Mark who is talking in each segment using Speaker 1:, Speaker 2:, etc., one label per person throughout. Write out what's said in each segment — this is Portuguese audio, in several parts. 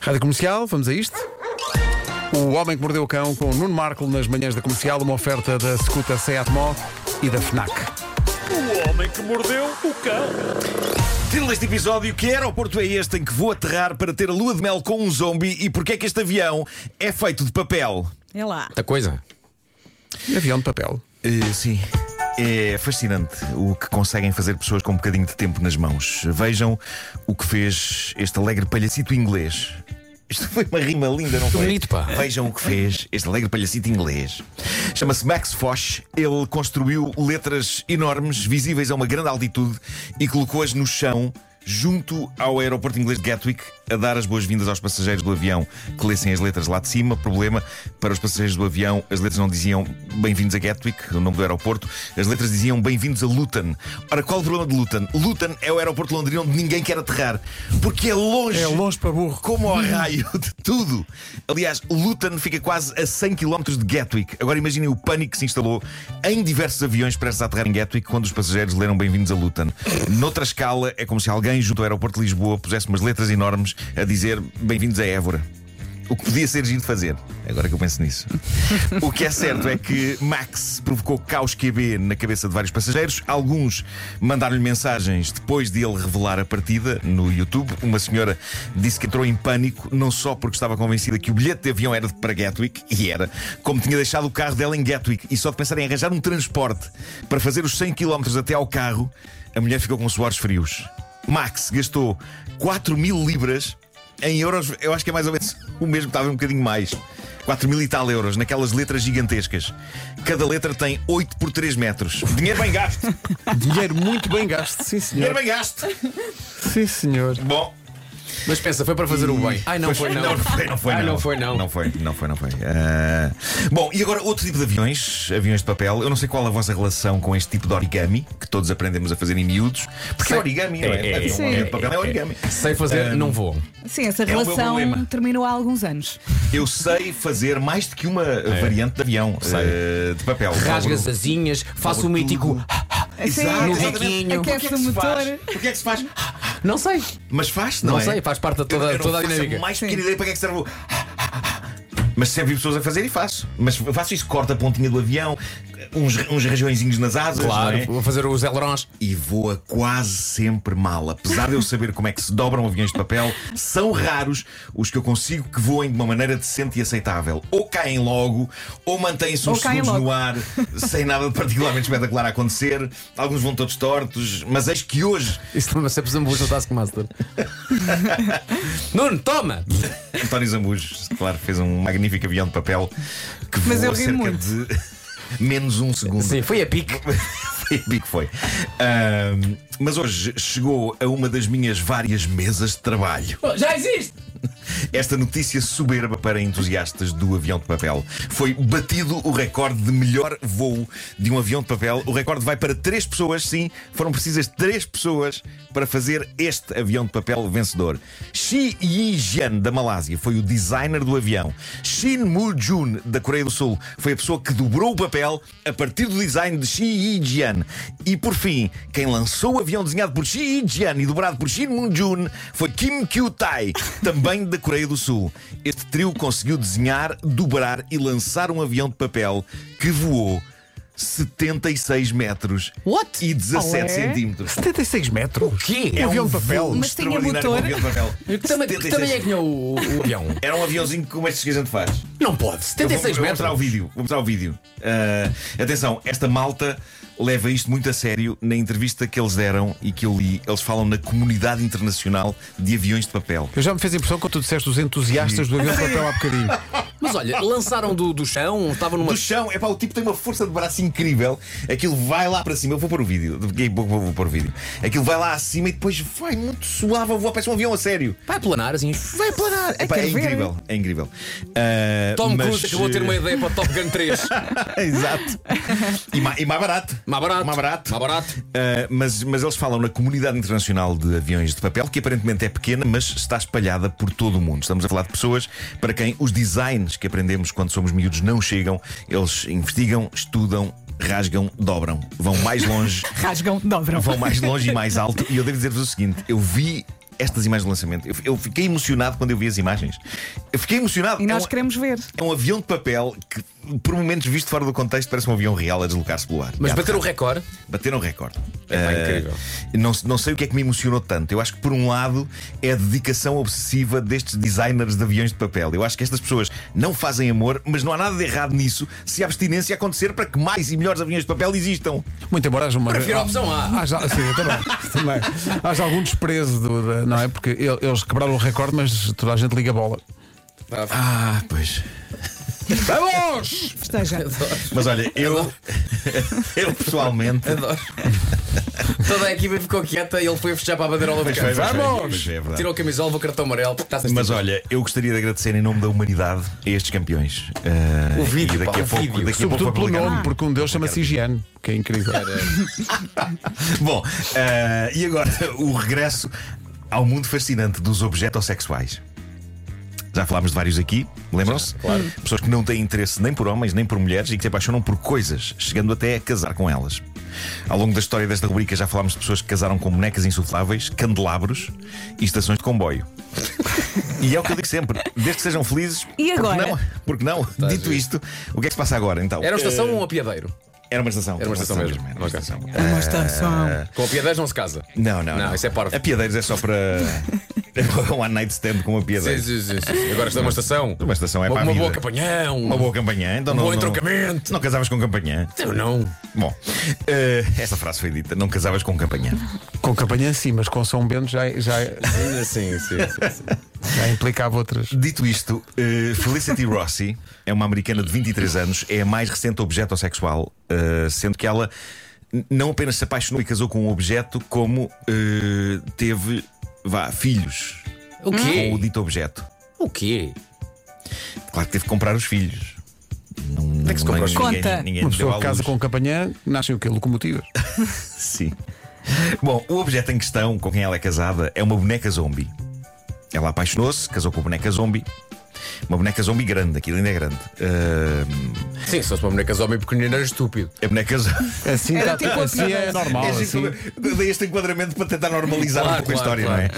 Speaker 1: Rádio Comercial, vamos a isto? O Homem que Mordeu o Cão com o Nuno Marco nas manhãs da comercial, uma oferta da Scuta Seat Mó e da Fnac.
Speaker 2: O homem que mordeu o cão.
Speaker 3: Título deste episódio: Que aeroporto é este em que vou aterrar para ter a lua de mel com um zombie e porque é que este avião é feito de papel?
Speaker 4: É lá.
Speaker 5: Muita coisa.
Speaker 1: Avião de papel.
Speaker 3: Eh, sim. É fascinante o que conseguem fazer pessoas com um bocadinho de tempo nas mãos. Vejam o que fez este alegre palhacito inglês. Isto foi uma rima linda, não foi?
Speaker 5: bonito, pá.
Speaker 3: Vejam o que fez este alegre palhacito inglês. Chama-se Max Foch. Ele construiu letras enormes, visíveis a uma grande altitude, e colocou-as no chão. Junto ao aeroporto inglês de Gatwick, a dar as boas-vindas aos passageiros do avião que lessem as letras lá de cima. Problema: para os passageiros do avião, as letras não diziam bem-vindos a Gatwick, o nome do aeroporto, as letras diziam bem-vindos a Luton. Ora, qual o problema de Luton? Luton é o aeroporto londrino onde ninguém quer aterrar, porque é longe.
Speaker 1: É longe para burro.
Speaker 3: Como ao raio de tudo. Aliás, Luton fica quase a 100 km de Gatwick. Agora imaginem o pânico que se instalou em diversos aviões prestes a aterrar em Gatwick quando os passageiros leram bem-vindos a Luton. Noutra escala, é como se alguém junto ao aeroporto de Lisboa pusesse umas letras enormes a dizer bem-vindos a Évora. O que podia ser giro de fazer, agora que eu penso nisso. O que é certo é que Max provocou caos QB na cabeça de vários passageiros. Alguns mandaram-lhe mensagens depois de ele revelar a partida no YouTube. Uma senhora disse que entrou em pânico, não só porque estava convencida que o bilhete de avião era de- para Gatwick, e era, como tinha deixado o carro dela em Gatwick, e só de pensar em arranjar um transporte para fazer os 100 km até ao carro, a mulher ficou com suores frios. Max gastou 4 mil libras em euros, eu acho que é mais ou menos o mesmo, estava um bocadinho mais. 4 mil e tal euros, naquelas letras gigantescas. Cada letra tem 8 por 3 metros. Dinheiro bem gasto!
Speaker 1: Dinheiro muito bem gasto, sim
Speaker 3: Dinheiro
Speaker 1: senhor.
Speaker 3: bem gasto!
Speaker 1: Sim senhor.
Speaker 3: Bom.
Speaker 5: Mas pensa, foi para fazer o bem. Ai, não foi, não.
Speaker 3: Não foi, não foi.
Speaker 5: Ah, não foi, não.
Speaker 3: Não foi, não foi, não foi. Ah, Bom, e agora outro tipo de aviões, aviões de papel. Eu não sei qual é a vossa relação com este tipo de origami que todos aprendemos a fazer em miúdos. Porque é origami, não é?
Speaker 5: É, é,
Speaker 3: Avião,
Speaker 4: sim.
Speaker 3: avião de papel é origami.
Speaker 5: Sem fazer, não vou.
Speaker 4: Sim, essa
Speaker 3: É- meu
Speaker 4: relação
Speaker 3: problema.
Speaker 4: terminou há alguns anos.
Speaker 3: Eu sei fazer mais do que uma
Speaker 5: É.
Speaker 3: variante de avião eh, de papel.
Speaker 5: Rasga as asinhas, faço um
Speaker 3: Tá tudo.
Speaker 5: mítico.
Speaker 4: É
Speaker 3: Exato,
Speaker 5: no
Speaker 3: exatamente.
Speaker 5: biquinho.
Speaker 3: Porquê
Speaker 4: Aquece
Speaker 3: que
Speaker 4: o
Speaker 3: se faz?
Speaker 4: motor.
Speaker 3: Porquê é que se faz?
Speaker 5: Não sei.
Speaker 3: Mas faz, não,
Speaker 5: Não
Speaker 3: é?
Speaker 5: sei, faz parte de toda-
Speaker 3: Eu- eu não
Speaker 5: toda a
Speaker 3: faço
Speaker 5: dinâmica.
Speaker 3: mais
Speaker 4: Sim.
Speaker 3: pequena ideia para que é que serve o... Mas sempre vi pessoas a fazer e faço. Mas faço isso, corto a pontinha do avião, uns, uns rajõezinhos nas asas.
Speaker 5: Claro,
Speaker 3: não é?
Speaker 5: vou fazer os ailerons.
Speaker 3: E voa quase sempre mal. Apesar de eu saber como é que se dobram aviões de papel, são raros os que eu consigo que voem de uma maneira decente e aceitável. Ou caem logo, ou mantêm-se
Speaker 4: Ou
Speaker 3: uns
Speaker 4: caem
Speaker 3: segundos
Speaker 4: logo.
Speaker 3: no ar, sem nada de particularmente espetacular a acontecer. Alguns vão todos tortos, mas eis que hoje
Speaker 5: Isso também sempre zambus no um Taskmaster. Nuno, toma!
Speaker 3: António Zambujo, claro, fez um magnífico avião de papel que
Speaker 4: Mas
Speaker 3: voou
Speaker 4: eu ri
Speaker 3: cerca
Speaker 4: muito.
Speaker 3: de menos um segundo.
Speaker 5: Sim, foi a pique.
Speaker 3: Foi o que foi. Ahm, mas hoje chegou a uma das minhas várias mesas de trabalho.
Speaker 5: Oh, Já existe!
Speaker 3: Esta notícia soberba para entusiastas do avião de papel. Foi batido o recorde de melhor voo de um avião de papel. O recorde vai para três pessoas, sim. Foram precisas três pessoas para fazer este avião de papel vencedor. Shi Yijian, da Malásia, foi o designer do avião. Shin Mu Jun, da Coreia do Sul, foi a pessoa que dobrou o papel a partir do design de Shi Yijian. E por fim, quem lançou o avião desenhado por Shi Yijian e dobrado por Shin Mu Jun foi Kim Kyu-tai, também da Coreia do Sul. Este trio conseguiu desenhar, dobrar e lançar um avião de papel que voou 76 metros
Speaker 5: What?
Speaker 3: e 17
Speaker 4: Olé.
Speaker 3: centímetros.
Speaker 1: 76 metros?
Speaker 5: O quê?
Speaker 1: É um avião de
Speaker 3: voo
Speaker 1: papel?
Speaker 4: Mas tinha
Speaker 3: extraordinário para
Speaker 4: motor?
Speaker 3: um avião de papel.
Speaker 5: Que tama- que
Speaker 3: 76.
Speaker 5: tamanho é que tinha o, o avião?
Speaker 3: Era um aviãozinho como estes que a gente faz.
Speaker 5: Não pode,
Speaker 3: Eu vou-
Speaker 5: 76
Speaker 3: eu vou,
Speaker 5: metros.
Speaker 3: mostrar o vídeo. Vou mostrar o vídeo. Ah, atenção, esta malta leva isto muito a sério na entrevista que eles deram e que eu li. Eles falam na comunidade internacional de aviões de papel.
Speaker 1: Eu já me fez a impressão quando tu disseste os entusiastas do avião de papel há bocadinho.
Speaker 5: Mas olha, lançaram do, do chão, estava numa.
Speaker 3: Do chão, é pá, o tipo tem uma força de braço incrível. Aquilo vai lá para cima. Eu vou pôr o vídeo. Daqui a pouco Vou, vou pôr o vídeo. Aquilo vai lá acima e depois vai muito suave a voar. Parece um avião a sério.
Speaker 5: Vai planar assim.
Speaker 3: Vai planar. É, pá,
Speaker 4: quero
Speaker 3: é
Speaker 4: ver.
Speaker 3: incrível. É incrível. Ah,
Speaker 5: Tom
Speaker 3: mas,
Speaker 5: Cruise acabou de ter uma ideia para o Top Gun 3.
Speaker 3: Exato. E, ma- e mais barato.
Speaker 5: Mais barato.
Speaker 3: Mais barato.
Speaker 5: Mais barato.
Speaker 3: Uh, mas, mas eles falam na comunidade internacional de aviões de papel, que aparentemente é pequena, mas está espalhada por todo o mundo. Estamos a falar de pessoas para quem os designs que aprendemos quando somos miúdos não chegam. Eles investigam, estudam, rasgam, dobram. Vão mais longe
Speaker 4: Rasgam, dobram.
Speaker 3: vão mais longe e mais alto. E eu devo dizer-vos o seguinte: eu vi estas imagens de lançamento. Eu, eu fiquei emocionado quando eu vi as imagens. Eu fiquei emocionado.
Speaker 4: E
Speaker 3: É
Speaker 4: nós
Speaker 3: um-
Speaker 4: queremos ver.
Speaker 3: é um avião de papel que, por momentos visto fora do contexto, parece um avião real a deslocar-se pelo ar.
Speaker 5: Mas
Speaker 3: E a
Speaker 5: bater o
Speaker 3: aterrar.
Speaker 5: recorde.
Speaker 3: Bateram recorde.
Speaker 5: É pá,
Speaker 3: Eh,
Speaker 5: incrível.
Speaker 3: Não, não sei o que é que me emocionou tanto. Eu acho que, por um lado, é a dedicação obsessiva destes designers de aviões de papel. Eu acho que estas pessoas não fazem amor, mas não há nada de errado nisso se a abstinência acontecer para que mais e melhores aviões de papel existam.
Speaker 1: Muito embora haja uma.
Speaker 5: Prefiro a opção A.
Speaker 1: Haja, sim, eu também. também. Haja algum desprezo, do- da- não é? Porque ele- eles quebraram o recorde, mas toda a gente liga a bola.
Speaker 3: Ah, pois.
Speaker 1: Vamos!
Speaker 4: Esteja.
Speaker 3: Mas olha, eu. eu pessoalmente.
Speaker 5: Adoro. Toda a equipa ficou quieta e ele foi fechar para a bandeira ao lado
Speaker 3: Mas
Speaker 5: do
Speaker 3: foi, mas
Speaker 5: campo.
Speaker 3: foi,
Speaker 1: Vamos!
Speaker 3: mas foi, é verdade.
Speaker 5: Tirou a camisola, levou o cartão amarelo. Está
Speaker 3: Mas olha, eu gostaria de agradecer em nome da humanidade a estes campeões. Ah,
Speaker 5: O vídeo,
Speaker 3: e daqui
Speaker 5: pá,
Speaker 3: a
Speaker 5: o
Speaker 3: pouco,
Speaker 5: vídeo.
Speaker 3: Daqui a
Speaker 1: Sobretudo
Speaker 3: pouco vai
Speaker 1: pelo
Speaker 3: publicar.
Speaker 1: nome, porque um deles chama-se Higiene, que é incrível.
Speaker 3: Bom, ah, e agora o regresso ao mundo fascinante dos objetos sexuais. Já falámos de vários aqui, lembram-se? Claro. Pessoas que não têm interesse nem por homens nem por mulheres e que se apaixonam por coisas, chegando até a casar com elas. Ao longo da história desta rubrica já falámos de pessoas que casaram com bonecas insufláveis, candelabros e estações de comboio. e é o que eu digo sempre: desde que sejam felizes.
Speaker 4: E agora?
Speaker 3: Porque não? Porque não? Dito isto, o que é que se passa agora então?
Speaker 5: Era uma estação ou um apiadeiro?
Speaker 3: Era uma estação.
Speaker 5: Era uma estação mesmo.
Speaker 3: Era uma
Speaker 5: Ok.
Speaker 3: estação.
Speaker 4: Uma estação.
Speaker 5: Com apiadeiros não se casa.
Speaker 3: Não, não.
Speaker 5: Não, isso é parvo.
Speaker 3: A piadeiros é só para. um one night stand com uma
Speaker 5: Sim,
Speaker 3: piadeira.
Speaker 5: sim, sim, sim. Agora está uma estação.
Speaker 3: é. Uma estação é
Speaker 5: uma,
Speaker 3: para a
Speaker 5: uma
Speaker 3: vida.
Speaker 5: boa campanhão.
Speaker 3: Uma boa campanhã, então
Speaker 5: Um
Speaker 3: não.
Speaker 5: bom
Speaker 3: não-
Speaker 5: entroncamento.
Speaker 3: Não casavas com campanhã.
Speaker 5: Eu Então não.
Speaker 3: Bom, eh, essa frase foi dita: não casavas com campanhã.
Speaker 1: Com campanha sim, mas com São Bento já, já,
Speaker 5: Sim, sim, sim.
Speaker 1: já implicava outras.
Speaker 3: Dito isto, eh, Felicity Rossi é uma americana de 23 anos, é a mais recente objeto sexual, eh, sendo que ela n- não apenas se apaixonou e casou com um objeto, como eh, teve vá, filhos
Speaker 5: O
Speaker 3: com o
Speaker 5: quê?
Speaker 3: dito objeto.
Speaker 5: O quê?
Speaker 3: Claro que teve que comprar os filhos. Não, é
Speaker 5: Tem é que se comprar os
Speaker 3: ninguém,
Speaker 4: filhos. Conta.
Speaker 3: Ninguém
Speaker 1: Uma
Speaker 3: deu
Speaker 1: pessoa
Speaker 3: à
Speaker 1: que casa
Speaker 3: luz.
Speaker 1: com campanha nascem o quê? Locomotivas.
Speaker 3: Sim. Bom, o objeto em questão com quem ela é casada é uma boneca zombie. Ela apaixonou-se, casou com a boneca zombie. Uma boneca zombie grande, aquilo ainda é grande. Ahm,
Speaker 5: Sim, se fosse uma boneca homem pequenina era estúpido.
Speaker 3: a boneca zombie.
Speaker 1: Assim, tá-
Speaker 4: Era tipo a
Speaker 1: assim é
Speaker 4: piada.
Speaker 1: normal.
Speaker 3: É
Speaker 1: assim.
Speaker 3: giro que Dei este enquadramento para tentar normalizar
Speaker 5: Claro,
Speaker 3: um pouco a
Speaker 5: claro,
Speaker 3: história, não é?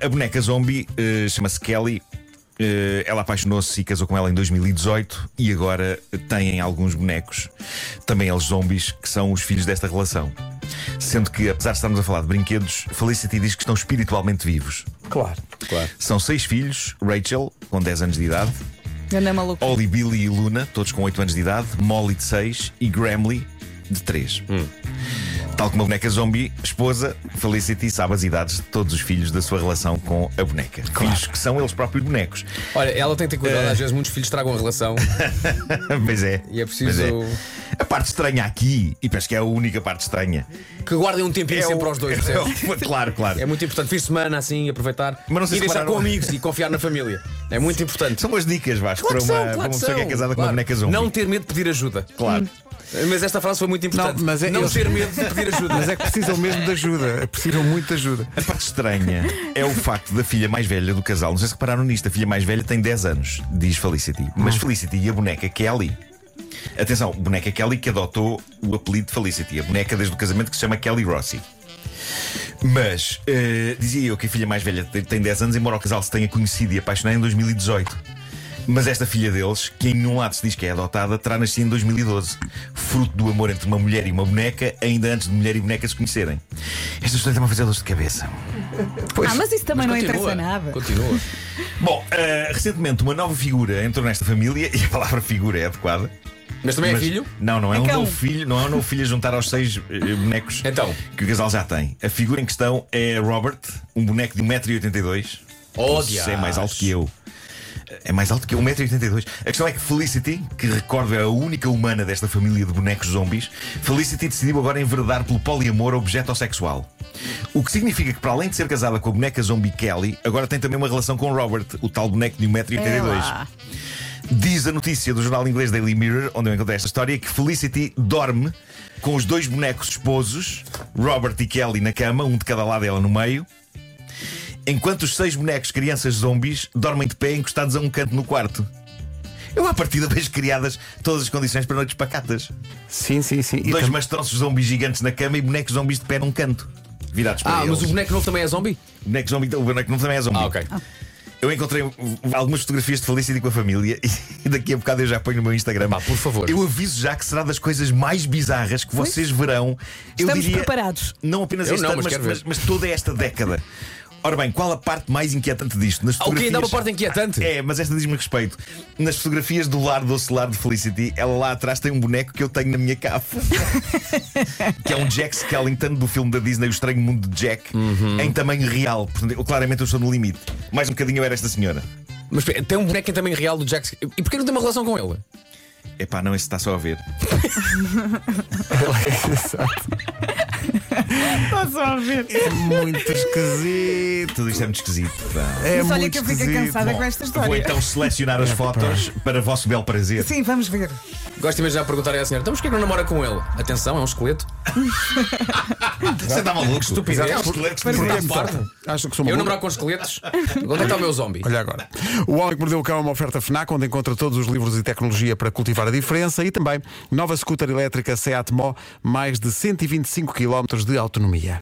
Speaker 3: Ah, a boneca zombie eh, chama-se Kelly. Eh, ela apaixonou-se e casou com ela em 2018 e agora têm alguns bonecos, também eles zombies, que são os filhos desta relação. Sendo que, apesar de estarmos a falar de brinquedos, Felicity diz que estão espiritualmente vivos.
Speaker 1: Claro.
Speaker 5: Claro.
Speaker 3: São seis filhos: Rachel, com 10 anos de idade,
Speaker 4: Ganda maluco.
Speaker 3: Oli, Billy e Luna, todos com 8 anos de idade, Molly de 6 e Gramly de 3.
Speaker 5: Hum.
Speaker 3: Tal como a boneca zombie, esposa, Felicity sabe as idades de todos os filhos da sua relação com a boneca. Filhos que são eles próprios bonecos.
Speaker 5: Olha, ela tem que ter
Speaker 3: Eh.
Speaker 5: cuidado, às vezes muitos filhos tragam a relação
Speaker 3: Mas é.
Speaker 5: E é preciso-
Speaker 3: mas A parte estranha aqui, e penso que é a única parte estranha.
Speaker 5: que guardem um tempinho
Speaker 3: o-
Speaker 5: sempre aos dois,
Speaker 3: é
Speaker 5: percebes?
Speaker 3: o- Claro, claro.
Speaker 5: É muito importante, fim de semana assim, aproveitar
Speaker 3: Mas não sei
Speaker 5: e
Speaker 3: se
Speaker 5: deixar
Speaker 3: repararam-
Speaker 5: com amigos e confiar na família. É muito importante.
Speaker 3: São boas dicas, Vasco,
Speaker 5: Claro
Speaker 3: para
Speaker 5: que
Speaker 3: uma,
Speaker 5: são,
Speaker 3: para
Speaker 5: claro
Speaker 3: uma
Speaker 5: que
Speaker 3: pessoa que é
Speaker 5: são.
Speaker 3: casada com uma
Speaker 5: Claro.
Speaker 3: boneca zombie.
Speaker 5: Não Hum. ter medo de pedir ajuda.
Speaker 3: Claro.
Speaker 5: Mas esta frase foi muito importante.
Speaker 1: Não, mas é- eles-
Speaker 5: ter medo de pedir ajuda.
Speaker 1: Mas é que precisam mesmo de ajuda. é Precisam muito de ajuda.
Speaker 3: A parte estranha é o facto da filha mais velha do casal. Não sei se repararam nisto, a filha mais velha tem 10 anos, diz Felicity. Mas Felicity e a boneca Kelly. Atenção, boneca Kelly que adotou o apelido de Felicity, a boneca desde o casamento que se chama Kelly Rossi. Mas eh, dizia eu que a filha mais velha te- tem 10 anos, embora o casal se tenha conhecido e apaixonado em 2018. Mas esta filha deles, que em nenhum lado se diz que é adotada, terá nascido em 2012, fruto do amor entre uma mulher e uma boneca, ainda antes de mulher e boneca se conhecerem. Esta história está-me a fazer dor de cabeça.
Speaker 4: Ah, mas isso também não interessa nada.
Speaker 5: Continua.
Speaker 3: Bom, eh, recentemente uma nova figura entrou nesta família e a palavra figura é adequada.
Speaker 5: Mas também
Speaker 3: Mas-
Speaker 5: é filho?
Speaker 3: Não, não é,
Speaker 4: É
Speaker 3: um
Speaker 4: cão.
Speaker 3: novo filho, não é um novo filho a juntar aos seis eh, bonecos
Speaker 5: Então.
Speaker 3: que o casal já tem. A figura em questão é Robert, um boneco de 1,82m.
Speaker 5: Oh,
Speaker 3: é
Speaker 5: diabos.
Speaker 3: mais alto que eu. É mais alto que eu, 1,82m. A questão é que Felicity, que recordo é a única humana desta família de bonecos zombies, Felicity decidiu agora enveredar pelo poliamor objeto-sexual. O que significa que, para além de ser casada com a boneca zombie Kelly, agora tem também uma relação com Robert, o tal boneco de 1,82m.
Speaker 4: É lá.
Speaker 3: Diz a notícia do jornal inglês Daily Mirror, onde eu encontrei esta história, que Felicity dorme com os dois bonecos esposos, Robert e Kelly, na cama, um de cada lado e ela no meio, enquanto os seis bonecos crianças zombies dormem de pé encostados a um canto no quarto. Eu, à partida, vejo criadas todas as condições para noites pacatas.
Speaker 1: Sim, sim, sim. E
Speaker 3: dois
Speaker 1: tam-
Speaker 3: mastronços zombies gigantes na cama e bonecos zombies de pé num canto. virados para
Speaker 5: Ah,
Speaker 3: eles.
Speaker 5: mas o boneco novo também é zombie?
Speaker 3: O boneco zombie, o boneco novo também é zombie.
Speaker 5: Ah, ok.
Speaker 3: Eu encontrei um, algumas fotografias de Felicity com a família e daqui a bocado eu já ponho no meu Instagram.
Speaker 5: Pá, por favor.
Speaker 3: Eu aviso já que será das coisas mais bizarras que vocês verão. Eu
Speaker 4: Estamos
Speaker 3: diria,
Speaker 4: preparados.
Speaker 3: Não apenas
Speaker 5: Eu
Speaker 3: este
Speaker 5: não,
Speaker 3: ano,
Speaker 5: mas
Speaker 3: mas,
Speaker 5: quero ver.
Speaker 3: mas- mas toda esta década. Ora bem, qual a parte mais inquietante disto? Nas
Speaker 5: Ah, ok, ainda há uma
Speaker 3: fotografias-
Speaker 5: parte inquietante.
Speaker 3: É, mas esta diz-me respeito. Nas fotografias do lar do celular de Felicity, ela lá atrás tem um boneco que eu tenho na minha capa que é um Jack Skellington do filme da Disney O Estranho Mundo de Jack,
Speaker 5: Uhum.
Speaker 3: em tamanho real. Portanto, eu, claramente eu estou no limite. Mais um bocadinho eu era esta senhora.
Speaker 5: Mas espera, tem um boneco em tamanho real do Jack. E porquê não tem uma relação com ele?
Speaker 3: Epá, não, esse está só a ver.
Speaker 1: Exato.
Speaker 3: É
Speaker 4: Está só a ver.
Speaker 1: Muito esquisito.
Speaker 3: Tudo isto é muito esquisito. pá.
Speaker 1: É
Speaker 4: Mas olha
Speaker 1: muito
Speaker 4: que eu fico
Speaker 1: esquisito.
Speaker 4: cansada com esta
Speaker 3: Vou
Speaker 4: história. É,
Speaker 3: então selecionar as fotos para vosso belo prazer.
Speaker 4: Sim, vamos ver.
Speaker 5: Gosto de imaginar perguntar à senhora: então porquê que não namora com ele? Atenção, é um esqueleto.
Speaker 3: Você está maluco?
Speaker 5: Estupidez.
Speaker 3: É um esqueleto que se
Speaker 1: Porque
Speaker 3: porta
Speaker 1: é
Speaker 3: à porta.
Speaker 1: muito- Acho que sou uma
Speaker 5: Eu
Speaker 1: burra.
Speaker 5: namorar com esqueletos? Onde é que está o meu zombie?
Speaker 1: Olha agora. O Homem que Mordeu o Cão é uma oferta FNAC, onde encontra todos os livros e tecnologia para cultivar a diferença e também nova scooter elétrica Seat Mó, mais de 125 km de autonomia.